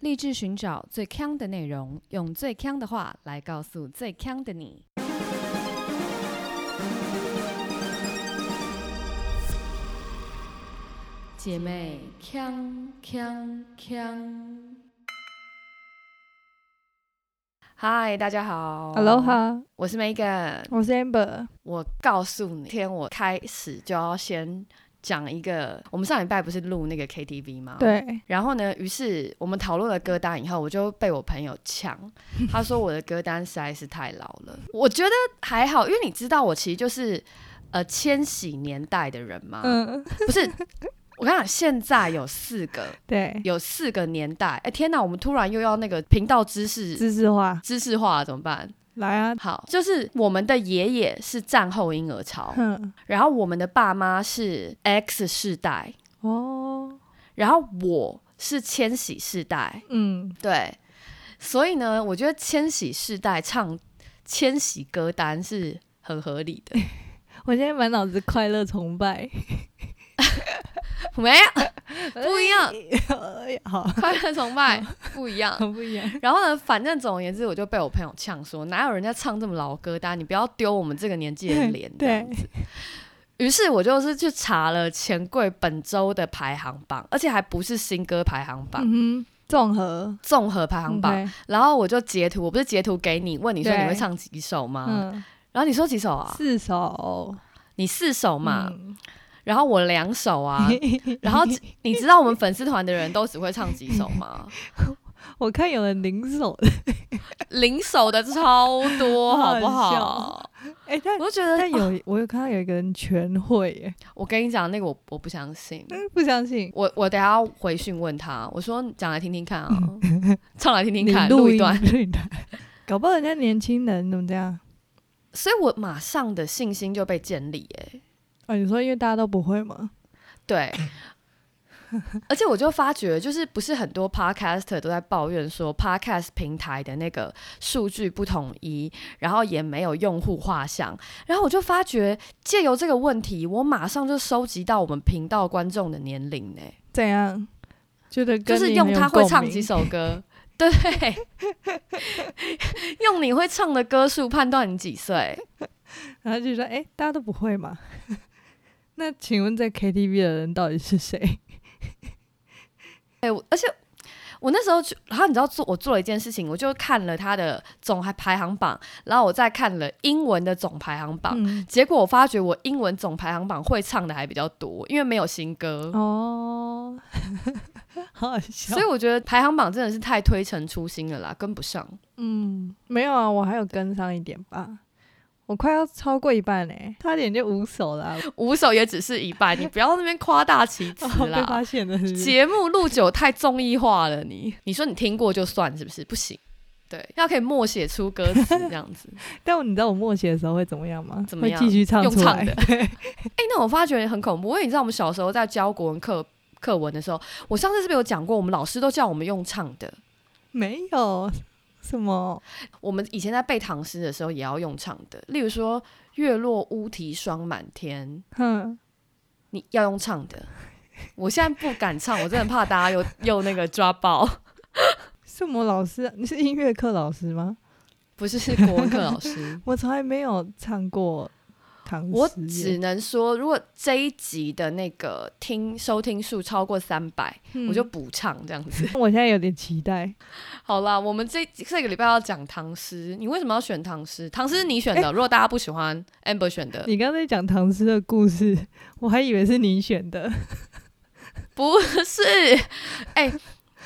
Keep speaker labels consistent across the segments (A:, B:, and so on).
A: 立志寻找最强的内容，用最强的话来告诉最强的你。姐妹，强强强！嗨，大家好
B: Aloha，
A: 我是 Megan。
B: 我是 Amber。
A: 我告诉你，天，我开始就要先讲一个，我们上礼拜不是录那个 KTV 吗？。
B: 对，
A: 然后呢，于是我们讨论了歌单以后，我就被我朋友呛，他说我的歌单实在是太老了。我觉得还好，因为你知道我其实就是呃千禧年代的人嘛，
B: 嗯，
A: 不是。我跟你讲，现在有四个，
B: 对，
A: 有四个年代。哎，天哪，我们突然又要那个频道知识
B: 知识化，
A: 知识化了怎么办？
B: 来啊，
A: 好，就是我们的爷爷是战后婴儿潮，
B: 哼，
A: 然后我们的爸妈是 X 世代，
B: 哦，
A: 然后我是千禧世代，
B: 嗯，
A: 对，所以呢，我觉得千禧世代唱千禧歌单是很合理的。
B: 我现在满脑子快乐崇拜，
A: 没有，不一样，
B: 哎好，
A: 快乐崇拜不一 样。
B: 很不一样，
A: 然后呢，反正总而言之，我就被我朋友呛说，哪有人家唱这么老歌单？你不要丢我们这个年纪的脸。这样
B: 嗯对，
A: 于是我就是去查了钱柜本周的排行榜，而且还不是新歌排行榜，
B: 嗯哼，综合
A: 综合排行榜。
B: OK，
A: 然后我就截图，我不是截图给你，问你说
B: 对
A: 你会唱几首吗？
B: 嗯，
A: 然后你说几首啊？
B: 四首
A: 你四首嘛，
B: 嗯
A: 然后我两首 啊。然后你知道我们粉丝团的人都只会唱几首 吗？
B: 我看有人零首的，
A: 零首的超多，好不
B: 好
A: 好？
B: 哎，但
A: 我就觉得啊
B: 但，有我有看到有一个人全会耶，
A: 我跟你讲那个我我不相信，
B: 不相信，
A: 我我等一下回讯问他，我说你讲来听听看啊，唱来听听看，
B: 嗯录
A: 录一段。
B: 音录一段， 搞不好人家年轻人怎么这样？
A: 所以我马上的信心就被建立、欸，
B: 哦，你说因为大家都不会吗？
A: 对，而且我就发觉，就是不是很多 podcaster 都在抱怨说 podcast 平台的那个数据不统一，然后也没有用户画像。然后我就发觉，借由这个问题，我马上就收集到我们频道观众的年龄呢、
B: 怎样？觉得
A: 就
B: 跟
A: 是
B: 你
A: 用
B: 很有
A: 他会
B: 共
A: 唱
B: 鸣
A: 几首歌。对， 用你会唱的歌数判断你几岁。
B: 然后就说：“哎、大家都不会嘛？ 那请问在 KTV 的人到底是谁？
A: 哎、我而且我那时候就，然后你知道做我做了一件事情，我就看了他的总排排行榜，然后我再看了英文的总排行榜，
B: 嗯，
A: 结果我发觉我英文总排行榜会唱的还比较多，因为没有新歌。
B: 哦， 好好笑
A: 所以。我觉得排行榜真的是太推陈出新了啦，跟不上。
B: 嗯，没有啊，我还有跟上一点吧，我快要超过一半嘞、差点就五首了、 啊，
A: 五首也只是一半，你不要那边夸大其词
B: 哦被
A: 啦
B: 发。现了是不是
A: 节目录久太综艺化了你，你说你听过就算是不是？不行，对，要可以默写出歌词这样子。
B: 但你知道我默写的时候会怎么样吗？
A: 怎么样
B: 会继续唱
A: 用
B: 出
A: 唱
B: 来
A: 的。哎、那我发觉很恐怖，因为你知道我们小时候在教国文课课文的时候，我上次是不是有讲过，我们老师都叫我们用唱的。
B: 没有什么
A: 我们以前在背唐诗的时候也要用唱的，例如说“月落乌啼霜满天
B: 哼。”，
A: 你要用唱的。我现在不敢唱，我真的怕大家 又又那个抓包。
B: 是我们老师啊，你是音乐课老师吗？
A: 不是是国文课老 师，
B: 我从来没有唱过唐诗耶。
A: 我只能说，如果这一集的那个听收听数超过三百、
B: 嗯
A: 我就补唱这样子。
B: 我现在有点期待。
A: 好啦，我们这这个礼拜要讲唐诗，你为什么要选唐诗？唐诗是你选的，如果大家不喜欢 Amber 选的，
B: 你刚才讲唐诗的故事， 我还以为是你选的。
A: 不是？哎、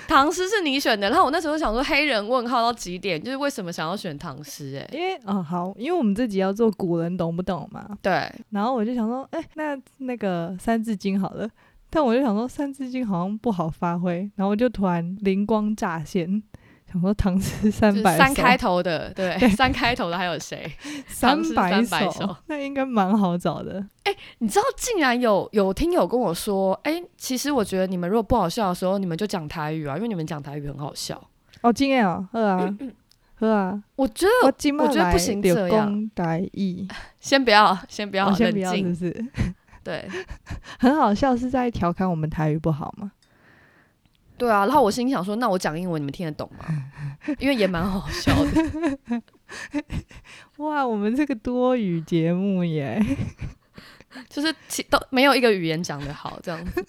A: 唐诗是你选的，然后我那时候想说黑人问号到极点，就是为什么想要选唐诗、哎，
B: 因为哦好，因为我们这集要做古人懂不懂嘛，
A: 对，
B: 然后我就想说，哎、那那个《三字经》好了，但我就想说《三字经》好像不好发挥，然后我就突然灵光乍现，想说唐诗三
A: 就是
B: 百
A: 三
B: 首
A: 开头的，对，三开头的还有 谁？唐诗
B: 三百
A: 300首
B: 那应该蛮好找的。
A: 你知道，哦竟然有有听友跟我说，哎、其实我觉得你们如果不好笑的时候，你们就讲台语啊，因为你们讲台语很好笑。
B: 哦，经验哦，喝
A: 嗯
B: 啊，喝啊，
A: 我觉得
B: 我今
A: 我觉得不行这样
B: 台语，
A: 先不要，先不要，
B: 哦先不
A: 冷
B: 要，是
A: 静
B: 不，是？
A: 对。
B: 很好笑，是在调侃我们台语不好吗？
A: 对啊，然后我心想说，那我讲英文你们听得懂 吗？因为也蛮好笑的。
B: 哇，我们这个多语节 目耶！
A: 就是其都没有一个语言讲得好这样 子。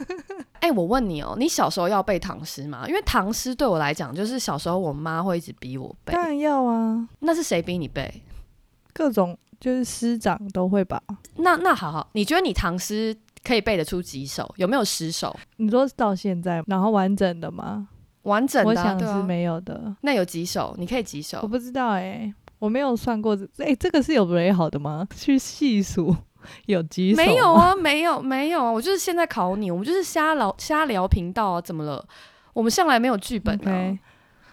A: 哎、我问你哦，你小时候要背唐诗吗？因为唐诗对我来讲，就是小时候我妈会一直逼我背
B: 当。然要啊，
A: 那是谁逼你背？
B: 各种就是师长都会吧。
A: 那那好好，你觉得你唐诗可以背得出几首？有没有十首
B: 你说到现在，然后完整的吗？
A: 完整
B: 我
A: 的、啊？
B: 想
A: 对
B: 是
A: 啊。
B: 没有的，
A: 那有几首？你可以几
B: 我
A: 首？
B: 不知道哎、我没有算过这。哎、这个是有蕊好的吗？去细数有几首？
A: 没有，啊，没有，没有啊！我就是现在考你，我们就是瞎聊瞎聊频道啊，怎么了？我们向来没有剧本啊。
B: OK，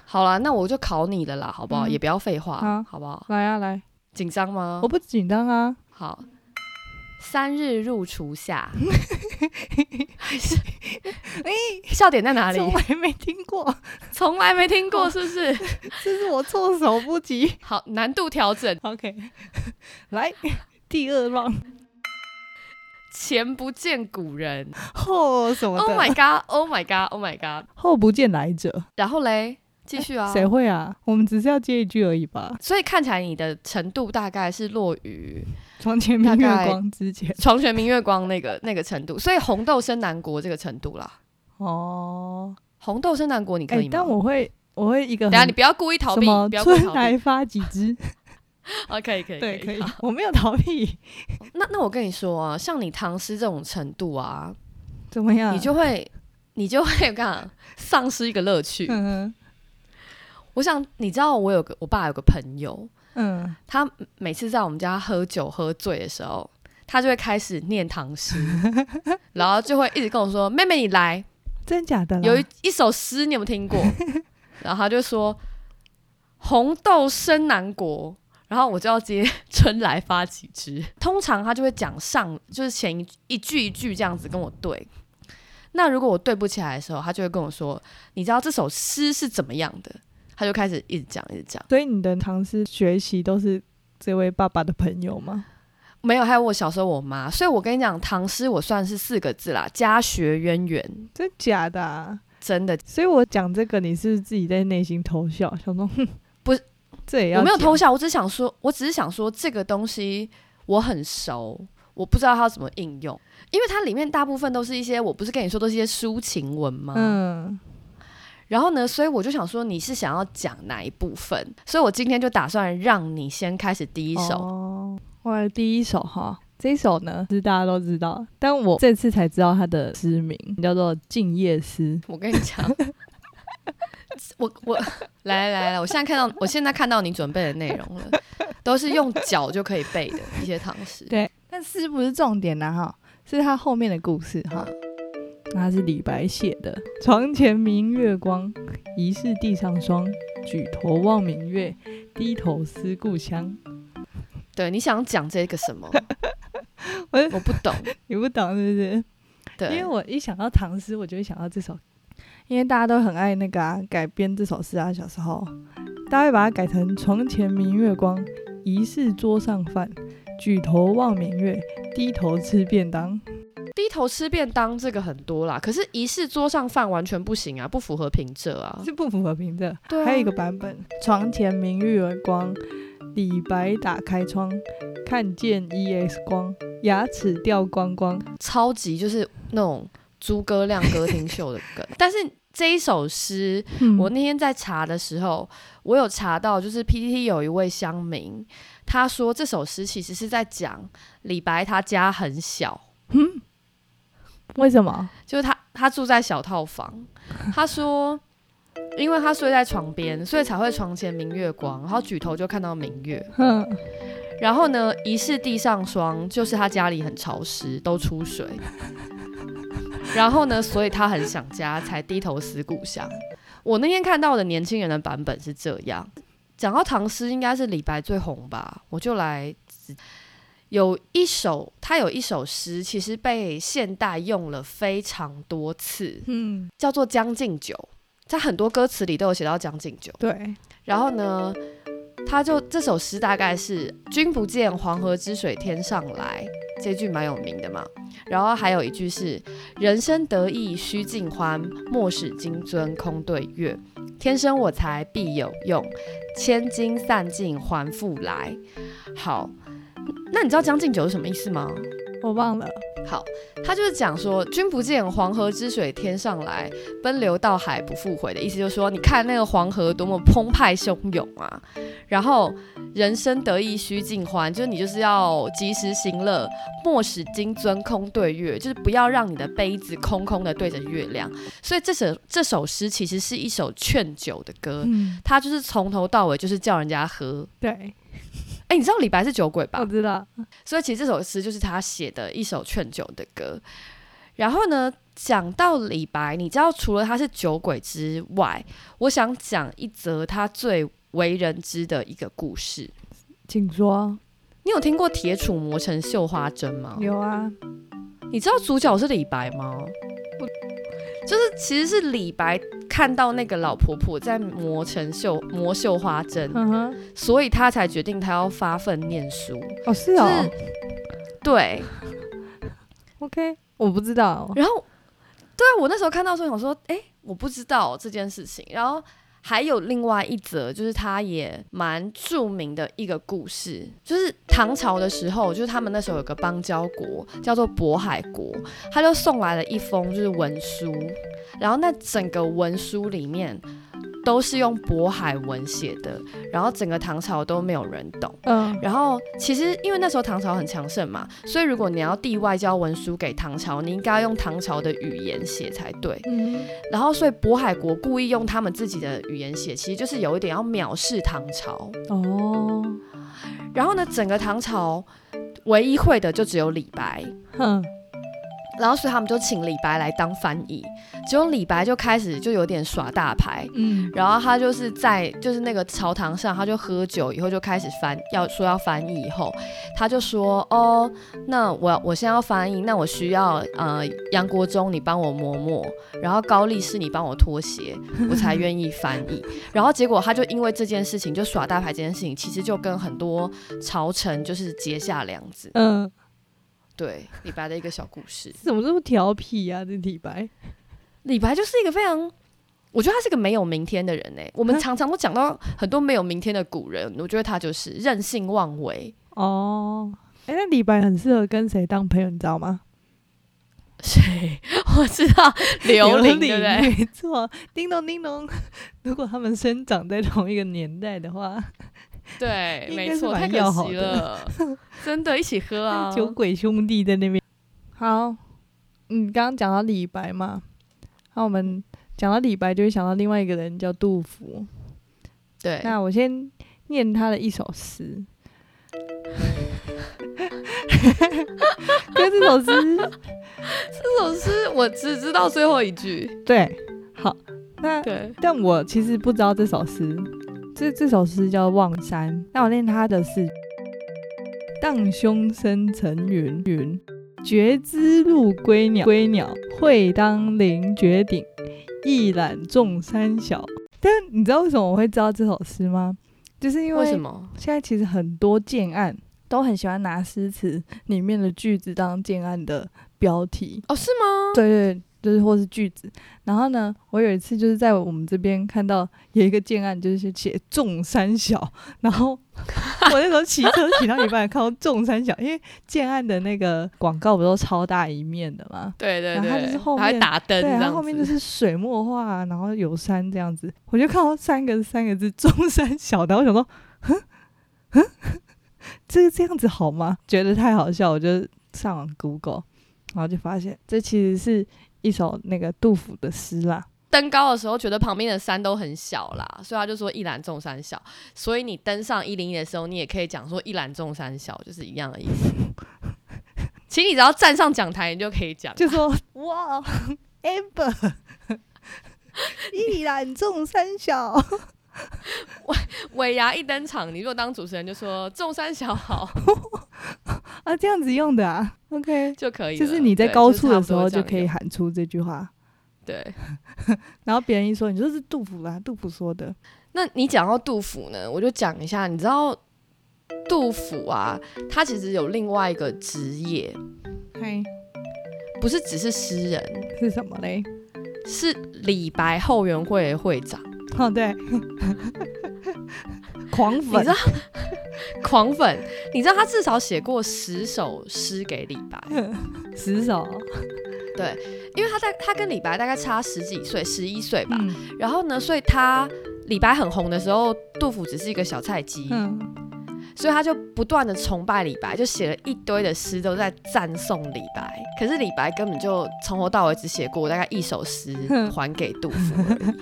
A: 好啦，那我就考你了啦，好不好？
B: 嗯
A: 也不要废话，
B: 好
A: 好不好？
B: 来啊来，
A: 紧张吗
B: 我？不紧张啊。
A: 好，三日入厨 下，笑点在哪里？
B: 从 来没听过，
A: 从来没听过，是不是？
B: 这是我措手不及。
A: 好，难度调整，
B: OK，来第二浪
A: 前不见古人。
B: 后什么
A: Oh
B: 的
A: my god！Oh my god！Oh my god！
B: 后不见来者，
A: 然后嘞，继续啊。
B: 谁会啊？我们只是要接一句而已吧。
A: 所以看起来你的程度大概是落于
B: 床前明
A: 大
B: 月
A: 概
B: 光之前
A: 《床前明月光》那个那个程度，所以《红豆生南国》这个程度啦，
B: 哦，
A: 《红豆生南啊国》你
B: 哎、
A: 可以吗？
B: 但我会，我会一个
A: 等一下
B: 很
A: 你不要故意逃
B: 嗯什
A: 避，
B: 么
A: 不要故意
B: 春
A: 逃避。
B: 来发几 枝，
A: 哦，可以可以
B: 对，可以
A: 好，
B: 我没有逃避，
A: 那那我跟你说啊，像你唐诗这种程度啊，
B: 怎么样？
A: 你就会你就会干丧失一个乐趣。
B: 嗯
A: 我想你知道，我有个我爸有个朋友，
B: 哼嗯，
A: 他每次在我们家喝酒喝醉的时候，他就会开始念唐 诗，然后就会一直跟我说：“妹妹你来，
B: 真假的啦？
A: 有一一首诗你有没有听过？”然后他就说：“红豆生南国。”然后我就要接“春来发几枝”。通常他就会讲上，就是前一一句一句这样子跟我对。那如果我对不起来的时候，他就会跟我说：“你知道这首诗是怎么样的？”他就开始一直讲，一直讲。
B: 所以你的唐诗学习都是这位爸爸的朋友吗？
A: 没有，还有我小时候我妈，所以我跟你讲，唐诗我算是四个字啦，家学渊源，
B: 真假的、啊？
A: 真的，
B: 所以我讲这个，你是不是自己在内心偷笑，想说哼，
A: 不是，
B: 这也要
A: 我没有
B: 讲
A: 偷笑，我只想说，我只是想说这个东西我很熟，我不知道它要怎么应用，因为它里面大部分都是一些，我不是跟你说都是一些抒情文吗？
B: 嗯，
A: 然后呢，所以我就想说你是想要讲哪一部分，所以我今天就打算让你先开始第一首，
B: 哦，我的第一首哈。这一首呢是大家都知道，但我这次才知道它的诗名，叫做《静夜思
A: 我跟你讲。 我我来来来来，我现在看到我现在看到你准备的内容了，都是用脚就可以背的一些唐诗》。。
B: 对，但诗不是重点啦哈，是它后面的故事哈。那是李白写的：“床前明月光，疑是地上霜。举头望明月，低头思故乡。？
A: 对，你想讲这个什么
B: 我
A: 我不懂。”
B: 你不懂是不是？因
A: 对
B: 为，我一想到唐诗，我就会想到这首，因为大家都很爱那个啊，改编这首诗啊。小时候，大家会把它改成“床前明月光，疑是桌上饭。举头望明月，低头吃便当。
A: 低头吃便当这个很多啦，可是仪式桌上饭完全不行啊，不符合平仄啊”。
B: 是不符合平仄。
A: 对啊
B: 还有一个版本，“床前明月光，李白打开窗，看见 EX 光，牙齿掉光光。
A: 超级就是那种诸葛亮歌厅秀的 梗，但是。这一首诗，我那天在查的时候，我有查到，就是 PTT 有一位乡民，他说这首诗其实是在讲李白他家很小，
B: 为什么？
A: 就是他他住在小套房，他说，因为他睡在床边，所以才会床前明月光，然后举头就看到明月。
B: 哼，
A: 嗯然后呢，疑是地上霜，就是他家里很潮湿，都出水。然后呢，所以他很想家，才低头思故乡。我那天看到的年轻人的版本是这样。讲到唐诗，应该是李白最红吧，我就来有一首，他有一首诗，其实被现代用了非常多次，
B: 嗯，
A: 叫做《将进酒》。在很多歌词里都有写到《将进酒》，
B: 对，
A: 然后呢，他就这首诗大概是“君不见黄河之水天上来”，这句蛮有名的嘛。然后还有一句是“人生得意须尽欢，莫使金樽空对月。天生我材必有用，千金散尽还复来。”好，那你知道《将进酒》是什么意思吗？
B: 我忘了。
A: 好，他就是讲说“君不见黄河之水天上来，奔流到海不复回”的意思，就是说你看那个黄河多么澎湃汹涌啊，然后人生得意须尽欢，就是你就是要及时行乐，莫使金樽空对月，就是不要让你的杯子空空的对着月亮。所以这首这首诗其实是一首劝酒的歌，
B: 嗯，
A: 他就是从头到尾就是叫人家喝。
B: 对，
A: 哎，你知道李白是酒鬼吧
B: 我？知道。
A: 所以其实这首诗就是他写的一首劝酒的歌。然后呢，讲到李白，你知道除了他是酒鬼之外，我想讲一则他最为人知的一个故事。
B: 请说。
A: 你有听过铁杵磨成绣花针吗？
B: 有啊，
A: 你知道主角是李白吗？就是其实是李白看到那个老婆婆在磨成绣磨绣花针，
B: 嗯哼，
A: 所以他才决定他要发奋念书。
B: 哦是哦
A: 就是对，
B: ，OK，我不知道。
A: 然后，对啊，我那时候看到的时候想说，哎，我不知道这件事情。然后还有另外一则，就是它也蛮著名的一个故事，就是唐朝的时候，就是他们那时候有个邦交国叫做渤海国，他就送来了一封就是文书，然后那整个文书里面。都是用渤海文写的，然后整个唐朝都没有人懂。
B: 嗯，
A: 然后其实因为那时候唐朝很强盛嘛，所以如果你要递外交文书给唐朝，你应该用唐朝的语言写才对。
B: 嗯，
A: 然后所以渤海国故意用他们自己的语言写，其实就是有一点要藐视唐朝。
B: 哦，
A: 然后呢，整个唐朝唯一会的就只有李白。
B: 哼，
A: 然后，所以他们就请李白来当翻译，结果李白就开始就有点耍大牌，
B: 嗯，
A: 然后他就是在就是那个朝堂上，他就喝酒以后就开始翻，要说要翻译以后，他就说哦，那我我现在要翻译，那我需要呃杨国忠你帮我磨墨，然后高力士你帮我脱鞋，我才愿意翻译。然后结果他就因为这件事情就耍大牌这件事情，其实就跟很多朝臣就是结下梁子。
B: 嗯，
A: 对，李白的一个小故事。
B: 怎么这么调皮啊？这李白，
A: 李白就是一个非常，我觉得他是个没有明天的人呢、我们
B: 嗯
A: 常常都讲到很多没有明天的古人，我觉得他就是任性妄 为。
B: 哦，哎，那李白很适合跟谁当朋友，你知道吗？
A: 谁？ 我知 道
B: 刘
A: 刘
B: 伶
A: 伶，对不对？
B: 没错，叮咚叮咚。 如果他们生长在同一个年代的话，
A: 对，
B: 应该
A: 没
B: 是
A: 错，
B: 蛮
A: 太
B: 要
A: 可
B: 好
A: 惜了。 真的，一起喝啊！
B: 酒鬼兄弟在那边。好，你刚刚讲到李白嘛，那我们讲到李白，就会想到另外一个人叫杜甫。
A: 对，
B: 那我先念他的一首诗， 跟这首诗
A: 这首诗我只知道最后一句。
B: 对，好，那
A: 对，
B: 但我其实不知道这首诗，这这首诗叫《望山》。那我念它的是：荡胸生层云云，觉知路归鸟归鸟，会当凌绝顶，一览众山小。但你知道为什么我会知道这首诗吗？就是因
A: 为什
B: 为
A: 么？
B: 现在其实很多建案都很喜欢拿诗词里面的句子当建案的标题。
A: 哦，是吗？
B: 对对，对就是或是句子。然后呢，我有一次就是在我们这边看到有一个建案，就是写“众山小”，然后我那时候骑车骑到一半，看到“众山小”，因为建案的那个广告不都超大一面的嘛。
A: 对对
B: 然后
A: 对，
B: 它就是后面
A: 还打灯
B: 对，
A: 这
B: 然
A: 样
B: 后后面就
A: 子。
B: 是水墨画，啊然后有山这样子，我就看到三个三个字“中山小”，然后我想说，哼哼，这个这样子好吗？觉得太好笑，我就上网 Google，然后就发现这其实是一首那个杜甫的诗啦。
A: 登高的时候觉得旁边的山都很小啦，所以他就说一览众山小。所以你登上一零一的时候，你也可以讲说一览众山小，就是一样的意 思。请你只要站上讲台，你就可以讲。
B: 就 说哇，amber，一览众山小，
A: 尾牙一登场，你如果当主持人，就说众山小好
B: 啊，这样子用的啊，OK，
A: 就可以了。
B: 就是你在
A: 对
B: 高处的时候
A: 就差不多
B: 就是
A: 这
B: 可
A: 样
B: 以
A: 用
B: 喊出这句话。
A: 对，
B: 然后别人一说，你说是杜甫啦，杜甫说的，
A: 那你讲到杜甫呢，我就讲一下，你知道杜甫啊，他其实有另外一个职业，
B: 嘿，
A: 不是只是诗人，
B: 是什么嘞？
A: 是李白后援会的会长。
B: 哦，对， 狂
A: 你
B: 粉
A: 知道， 狂粉，你知道他至少写过十首诗给李白，
B: 十首，
A: 因为他在他跟李白大概差十几岁，十一岁吧。
B: 嗯
A: 然后呢，所以他李白很红的时候，杜甫只是一个小菜鸡，
B: 嗯，
A: 所以他就不断的崇拜李白，就写了一堆的诗都在赞颂李白。可是李白根本就从头到尾只写过大概一首诗还给杜甫而已。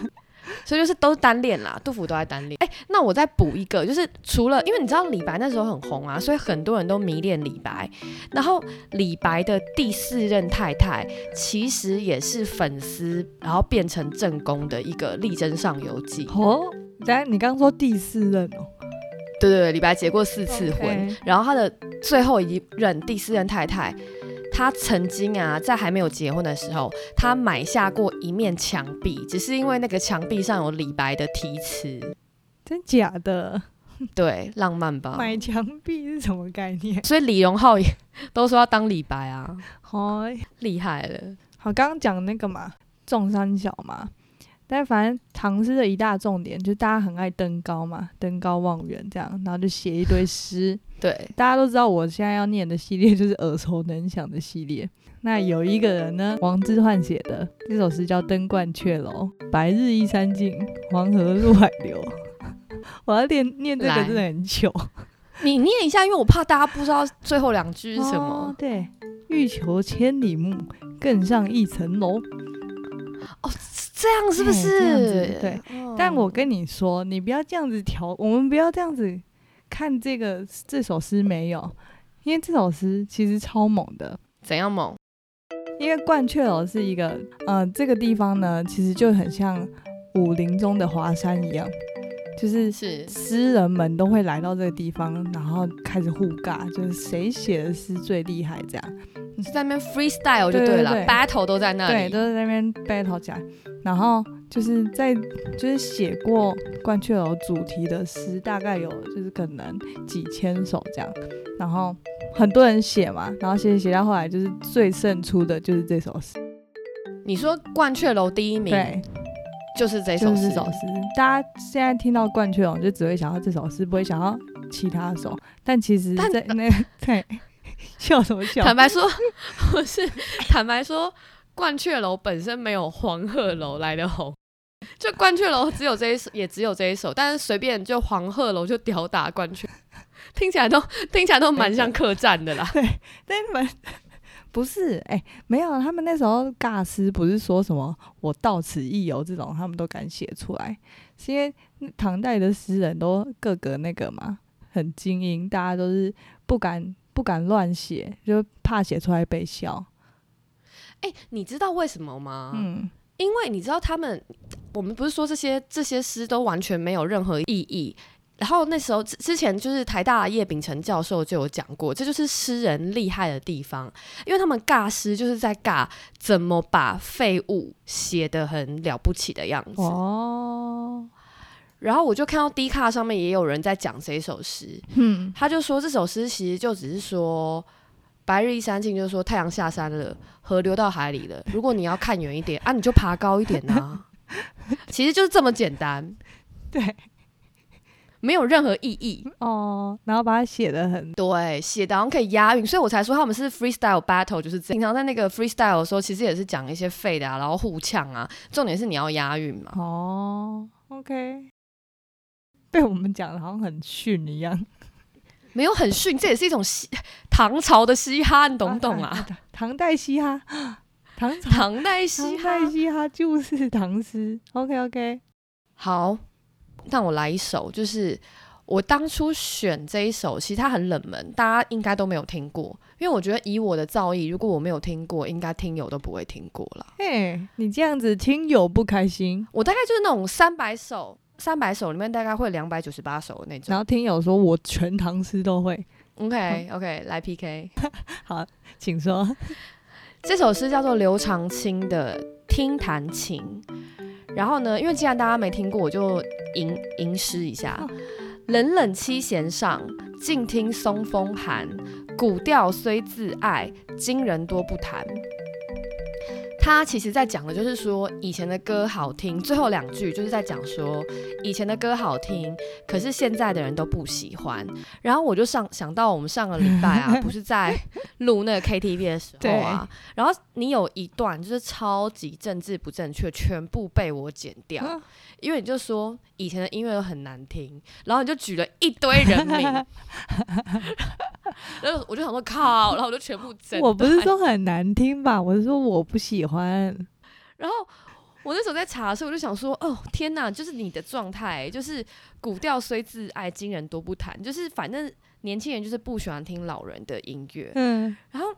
A: 所以就是都是单恋啦，杜甫都在单 恋。哎、那我再补一个，就是除了因为你知道李白那时候很红啊，所以很多人都迷恋李白。然后李白的第四任太太其实也是粉丝，然后变成正宫的一个《力争上游记》。
B: 哦，等下你刚说第四任哦，
A: 对对对，李白结过四次婚
B: OK
A: 然后他的最后一任第四任太太，她曾经啊，在还没有结婚的时候，她买下过一面墙壁，只是因为那个墙壁上有李白的题词，
B: 真假的？
A: 对，浪漫吧。
B: 买墙壁是什么概 念？
A: 所以李荣浩也都说要当李白啊，
B: 哦，
A: 厉害了。
B: 好，刚刚讲那个嘛，众山小嘛，但反正唐诗的一大重点就是大家很爱登高嘛，登高望远这样，然后就写一堆诗。
A: 对，
B: 大家都知道我现在要念的系列就是耳熟能详的系列。那有一个人呢，王之涣写的这首诗叫《登鹳雀楼》，白日依山尽，黄河入海流。 我要念念这个
A: 来
B: 真的很糗。
A: 你念一下，因为我怕大家不知道最后两句是什
B: 哦
A: 么。
B: 对，欲求千里目，更上一层楼。
A: 哦，是这样是不
B: 哎这样
A: 是
B: 子？对
A: 哦
B: 但我跟你说，你不要这样子调，我们不要这样子看这个这首诗没有，因为这首诗其实超猛的。
A: 怎样猛？
B: 因为鹳雀楼是一个，呃，这个地方呢，其实就很像武林中的华山一样，就是
A: 是
B: 诗人们都会来到这个地方，然后开始互尬，就是谁写的诗最厉害这样。
A: 就在那边 freestyle 就
B: 对对
A: 了
B: 对
A: b a t t l e 都在那
B: 对，
A: 里。
B: 都是在那边 battle 起来，然后就是在就是写过关雀楼主题的诗，大概有就是可能几千首这样，然后很多人写嘛，然后写写到后来就是最胜出的就是这首诗，
A: 你说鹳雀楼第一名
B: 对，
A: 就是这
B: 就
A: 首
B: 是
A: 诗，
B: 这首诗。大家现在听到关雀楼就只会想到这首诗，不会想到其他首，但其实
A: 但呃
B: 在那 对笑什么笑？
A: 坦白说，我是坦白说，鹳雀楼本身没有黄鹤楼来的红。就鹳雀楼只有这一首，也只有这一首，但是随便就黄鹤楼就吊打鹳雀，听起来都听起来都蛮像客栈的啦。
B: 但你们不是哎、没有，他们那时候尬诗不是说什么“我到此一游”这种，他们都敢写出来，是因为唐代的诗人都各个那个嘛，很精英，大家都是不敢不敢乱写，就怕写出来被笑。
A: 哎、你知道为什么吗？
B: 嗯，
A: 因为你知道他们，我们不是说这些这些诗都完全没有任何意义。然后那时候之之前就是台大叶秉成教授就有讲过，这就是诗人厉害的地方，因为他们尬诗就是在尬怎么把废物写得很了不起的样子。
B: 哦，
A: 然后我就看到 D 卡上面也有人在讲这首诗，
B: 嗯，
A: 他就说这首诗其实就只是说白日依山尽，就是说太阳下山了，河流到海里了。如果你要看远一点啊，你就爬高一点 啊，其实就是这么简单，
B: 对，
A: 没有任何意义。
B: 哦，然后把它写的很，
A: 对，写的好像可以押韵，所以我才说他们是 freestyle battle，就是这样平常在那个 freestyle 的时候，其实也是讲一些废的啊，然后互呛啊，重点是你要押韵嘛。
B: 哦，OK，被我们讲的好像很逊一样。
A: 没有很逊，这也是一种嘻唐朝的嘻哈，你懂不懂啊？
B: 唐代嘻 哈，唐朝
A: 唐代嘻
B: 唐
A: 哈
B: 代嘻哈就是唐诗。OK OK，
A: 好，那我来一首，就是我当初选这一首，其实它很冷门，大家应该都没有听过。因为我觉得以我的造诣，如果我没有听过，应该听友都不会听过啦。
B: 嘿，你这样子听友不开心，
A: 我大概就是那种三百首，三百首里面大概会两百九十八首的那种
B: 然。后听友说我全唐诗都会，
A: OK OK，来 PK。
B: 请说。
A: 这首诗叫做刘长卿的《听弹琴。然后呢，因为既然大家没听过，我就吟吟诗一下：
B: 哦
A: 冷冷七弦上，静听松风寒。古调虽自爱，今人多不弹。他其实在讲的就是说，以前的歌好听，最后两句就是在讲说，以前的歌好听，可是现在的人都不喜欢。然后我就上想到我们上个礼拜啊，不是在录那个 KTV 的时候啊，然后你有一段就是超级政治不正确，全部被我剪掉，
B: 啊
A: 因为你就说以前的音乐都很难听，然后你就举了一堆人名， 然后我就想说靠，然后我就全部整，
B: 我不是说很难听吧，我是说我不喜欢。
A: 然后。我那时候在查的时候，我就想说，哦，天哪，就是你的状态，就是古调虽自爱，今人多不弹，就是反正年轻人就是不喜欢听老人的音 乐，
B: 嗯，
A: 然后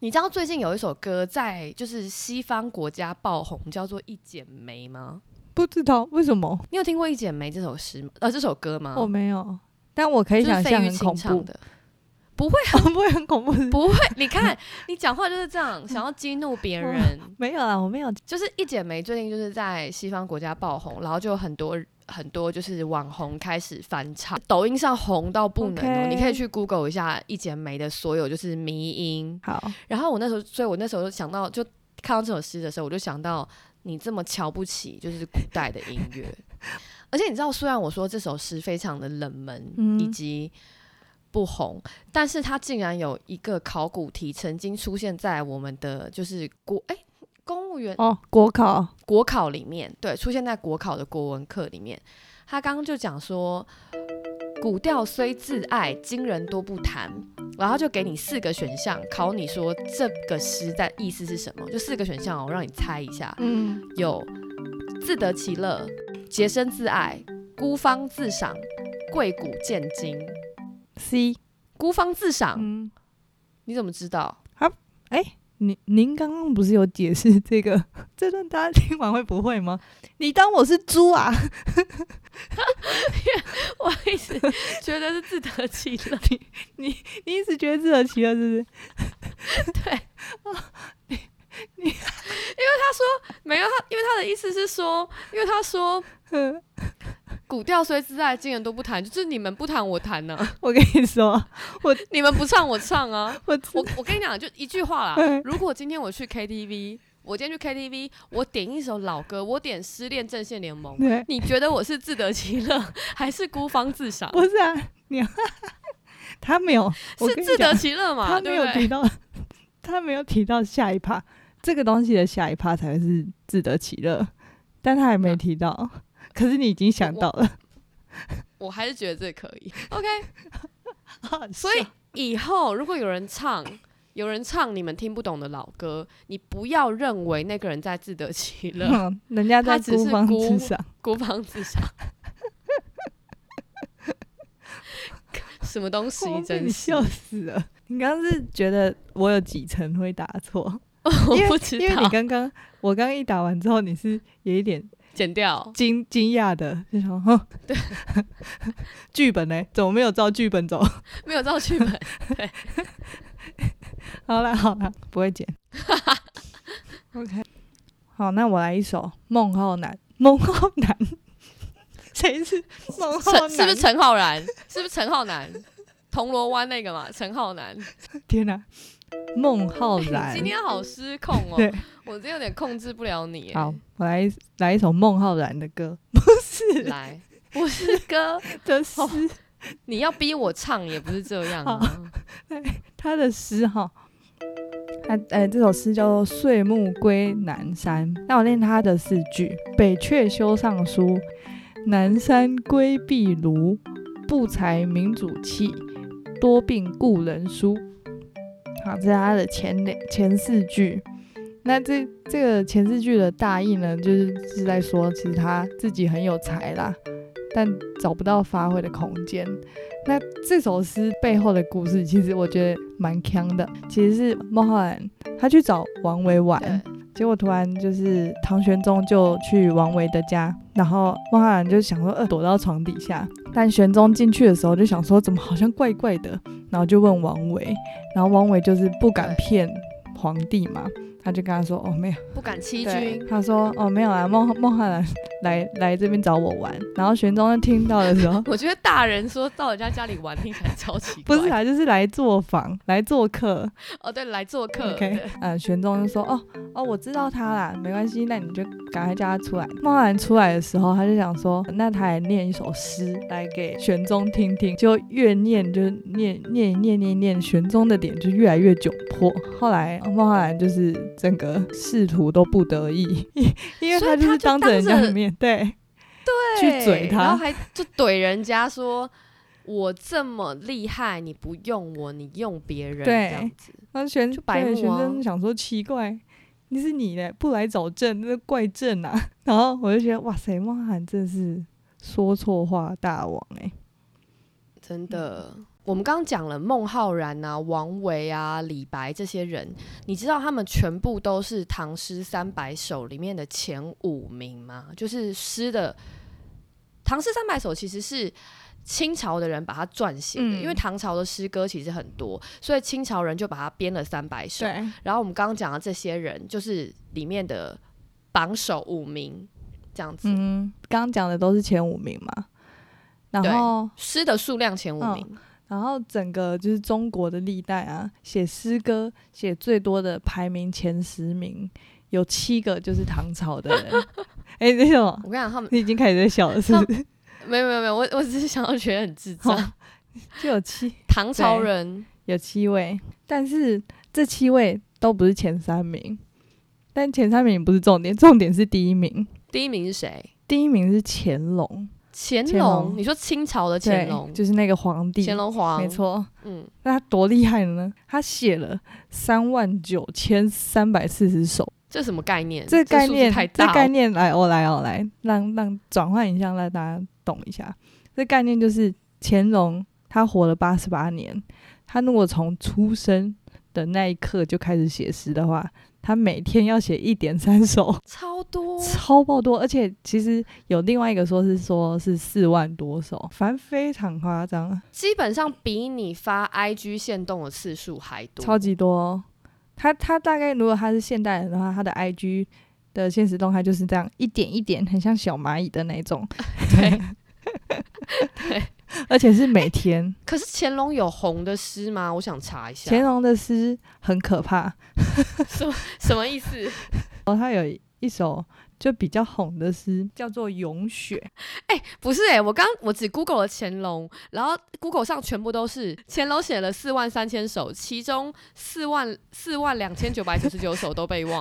A: 你知道最近有一首歌在就是西方国家爆红，叫做《一剪梅》吗？
B: 不知道为什么、
A: 你有听过《一剪梅》这首诗吗？呃，这首歌吗？
B: 我没有，但我可以
A: 就是
B: 想
A: 费
B: 象
A: 玉
B: 很
A: 清
B: 恐
A: 唱
B: 怖，
A: 的。不会，
B: 不会很恐怖是不是？
A: 不会。你看，你讲话就是这样，想要激怒别人。
B: 没有啦，我没有。
A: 就是一剪梅最近就是在西方国家爆红，然后就有很多很多就是网红开始翻唱，抖音上红到不能哦。
B: OK
A: 你可以去 Google 一下一剪梅的所有就是迷音，
B: 好，
A: 然后我那时候，所以我那时候就想到，就看到这首诗的时候，我就想到你这么瞧不起就是古代的音乐，而且你知道，虽然我说这首诗非常的冷门、
B: 嗯
A: 以及不红，但是它竟然有一个考古题曾经出现在我们的就是国哎、公务员
B: 哦，国考，
A: 国考里面，对，出现在国考的国文课里面。他刚刚就讲说，古调虽自爱，今人多不弹。然后就给你四个选项，考你说这个诗在意思是什么，就四个选项哦，我让你猜一下。
B: 嗯，
A: 有自得其乐、洁身自爱、孤芳自赏、贵古见今。
B: C，
A: 孤芳自赏，
B: 嗯，
A: 你怎么知道？
B: 您您刚刚不是有解释这个 这段，大家听完会不会吗？你当我是猪 啊？
A: 我一直觉得是自得其 乐。
B: 你一直觉得自得其乐是不是？
A: 没有他，因为他的意思是说，因为他说
B: 哼
A: 古调虽自在，今人都不弹，就是你们不弹我弹呢、
B: 我跟你说，
A: 你们不唱我唱啊。
B: 我知
A: 我我跟你讲，就一句 话
B: 嗯
A: 啦。如果今天我去 KTV，我今天去 KTV，我点一首老歌，我点《失恋阵线联 盟》，
B: 对，
A: 你觉得我是自得其乐，还是孤芳自赏？
B: 不是啊，你 他没有，我
A: 是
B: 跟你
A: 自
B: 讲
A: 得其乐嘛？
B: 他没
A: 对不
B: 有提
A: 对？
B: 到， 他没有提到下一趴，这个东西的下一趴才会是自得其乐，但他还没
A: 啊
B: 提到，可是你已经想 到了，
A: 我还是觉得这可以。OK，
B: 好
A: 所以
B: 笑
A: 以后如果有人唱。有人唱你们听不懂的老歌，你不要认为那个人在自得其 乐，
B: 嗯人家在
A: 他只是
B: 孤芳
A: 孤
B: 自赏，
A: 孤芳自赏。 什么东西
B: 我？被
A: 真
B: 你
A: 是
B: 笑死了。你刚刚是觉得我有几成会答错？
A: 我
B: 因为
A: 不知
B: 因为你
A: 道，
B: 刚刚我刚刚一打完之后，你是有一点
A: 剪掉。
B: 惊惊讶的，就想哼，对， 剧本呢？怎么没有照剧本走？
A: 没有照剧本。
B: 好啦好啦，不 会剪。OK，好，那我来一首《孟浩南》。孟浩南，谁是孟浩
A: 陈
B: 南？
A: 是不是陈浩然？是不是陈浩南？铜锣湾那个嘛，陈浩南。
B: 天哪、孟浩
A: 你
B: 然。
A: 今天好失控哦
B: 对，
A: 我今天有点控制不了你耶。
B: 好，我来来一首孟浩然的歌，
A: 来，我是歌，
B: 的诗，
A: 你要逼我唱也不是这样啊。
B: 他的诗哈。他呃，这首诗叫做《岁暮归南山》。那我念他的四句：北阙修上书，南山归壁庐。不才民主气，多病故人疏。好，这是他的前两前四句。那这这个前四句的大意呢，就是是在说，其实他自己很有才啦，但找不到发挥的空间。那这首诗背后的故事，其实我觉得蛮强的。其实是孟浩然他去找王维玩
A: 对，，
B: 结果突然就是唐玄宗就去王维的家，然后孟浩然就想说，呃，躲到床底下。但玄宗进去的时候就想说，怎么好像怪怪的，然后就问王维，然后王维就是不敢
A: 对
B: 骗皇帝嘛，他就跟他说：“哦，没有。”
A: 不敢欺
B: 对，
A: 君，，
B: 他说：“哦，没有啦，孟孟汉兰来来这边找我玩。”然后玄宗在听到的时候
A: 我觉得大人说到人家家里玩听起来超奇
B: 不
A: 怪。
B: 是啊，就是来做访，来做客。
A: 哦，对，来做客。
B: OK，
A: 对
B: 嗯，玄宗就说：“哦哦，我知道他啦，没关系，那你就赶快叫他出来。”孟汉兰出来的时候，他就想说：“那他也念一首诗来给玄宗听听。”就越念就念念念念念，玄宗的脸就越来越窘迫。后来孟汉兰就是整个仕途都不得已， 因为
A: 所以
B: 就
A: 他就
B: 是当着
A: 当
B: 人家
A: 着
B: 的面对。去嘴他
A: 然后还就怼人家说：“我这么厉害，你不用我，你用别人。”
B: 对
A: 这样子。
B: 那玄
A: 就白
B: 对
A: 目
B: 玄
A: 啊
B: 真想说奇怪，你是你嘞，不来找朕，那怪朕啊。 然后我就觉得哇塞，孟涵真是说错话大王哎、
A: 真的。我们刚刚讲了孟浩然啊、王维啊、李白这些人，你知道他们全部都是唐诗三百首里面的前五名吗？就是诗的唐诗三百首其实是清朝的人把它撰写的，
B: 嗯
A: 因为唐朝的诗歌其实很多，所以清朝人就把它编了三百首。
B: 对，
A: 然后我们刚刚讲的这些人，就是里面的榜首五名这样子，
B: 嗯，刚刚讲的都是前五名嘛。然
A: 对
B: 后，
A: 诗的数量前五
B: 嗯
A: 名。
B: 然后整个就是中国的历代啊，写诗歌写最多的排名前十名，有七个就是唐朝的人。 哎、那种
A: 我跟你讲，他们
B: 你已经开始在笑了，是 不是？
A: 没有没有没有，我我 只是想要觉得很智
B: 好
A: 障。
B: 就有七，
A: 唐朝人
B: 有七位，但是这七位都不是前三名，但前三名不是重点，重点是第一名，
A: 第一名是谁？
B: 第一名是乾隆，
A: 乾
B: 乾隆
A: 隆。你说清朝的乾
B: 对
A: 隆，
B: 就是那个皇帝，
A: 乾隆皇，
B: 没。错。
A: 嗯，
B: 那他多厉害呢？他写了三万九千三百四十首，
A: 这什么概念？
B: 这概
A: 数字
B: 念，
A: 太
B: 这
A: 大哦。
B: 概念来哦来哦来，让让转换一下，让大家懂一下。这概念就是乾隆他活了八十八年，他如果从出生的那一刻就开始写诗的话，他每天要写一点三首，
A: 超多。
B: 超爆多。而且其实有另外一个说是说是四万多首，反正非常夸张，
A: 基本上比你发 IG 限动的次数还多，
B: 超级多哦、他他大概如果他是现代人的话，他的 IG 的现实动态就是这样一点一点，很像小蚂蚁的那种。
A: 对。
B: 而且是每天。
A: 可是乾隆有红的诗吗？我想查一下。
B: 乾隆的诗很可怕，
A: 什么意思？
B: 然后他有一首就比较红的诗，叫做《咏雪》。
A: 不是哎、我刚我只 Google 了乾隆，然后 Google 上全部都是乾隆写了四万三千首，其中四万四万两千九百九十九首都被忘。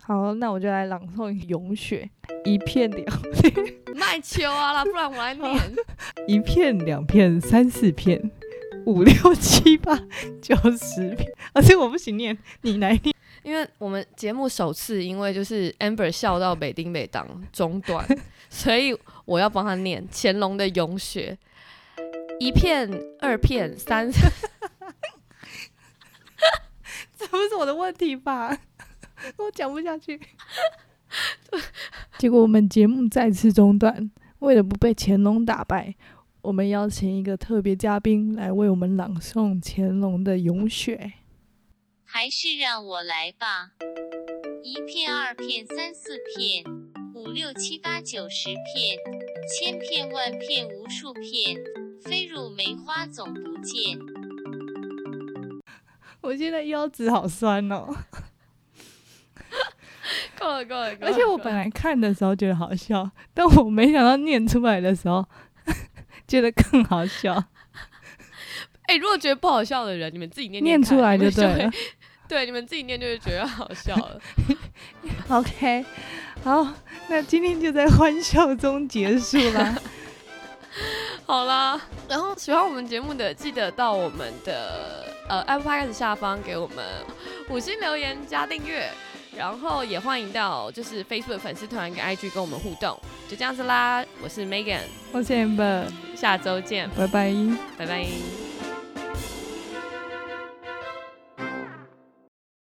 B: 好，那我就来朗诵《咏雪》：一片两
A: 卖球啊啦，不然我来念。
B: 一片两片三四片，五六七八九十片。而、且我不行念，你来念。
A: 因为我们节目首次，因为就是 Amber 笑到北丁北当中断，所以我要帮他念乾隆的《咏雪》，一片、二片、三，
B: 这不是我的问题吧？ 我讲不下去。 结果我们节目再次中断，为了不被乾隆打败，我们邀请一个特别嘉宾来为我们朗诵乾隆的《咏雪
C: 还是让我来吧。一片、二片、三四片，五六七八九十片，千片万片无数片，飞入梅花总不见。》。
B: 我现在腰子好酸哦，
A: 够了够了够了。
B: 而且我本来看的时候觉得好笑，但我没想到念出来的时候 觉得更好笑，
A: 哎、如果觉得不好笑的人，你们自己念
B: 念
A: 看
B: 出来就对。
A: 你
B: 了
A: 们会。对，你们自己念就会觉得好笑了。
B: OK，好，那今天就在欢笑中结束啦。
A: 好啦，然后喜欢我们节目的，记得到我们的呃 Apple Podcast 下方给我们五星留言加订阅，然后也欢迎到就是 Facebook 的粉丝团跟 IG 跟我们互动，就这样子啦。我是 Megan，
B: 我是 Amber，
A: 下周见，
B: 拜拜。
A: 拜拜。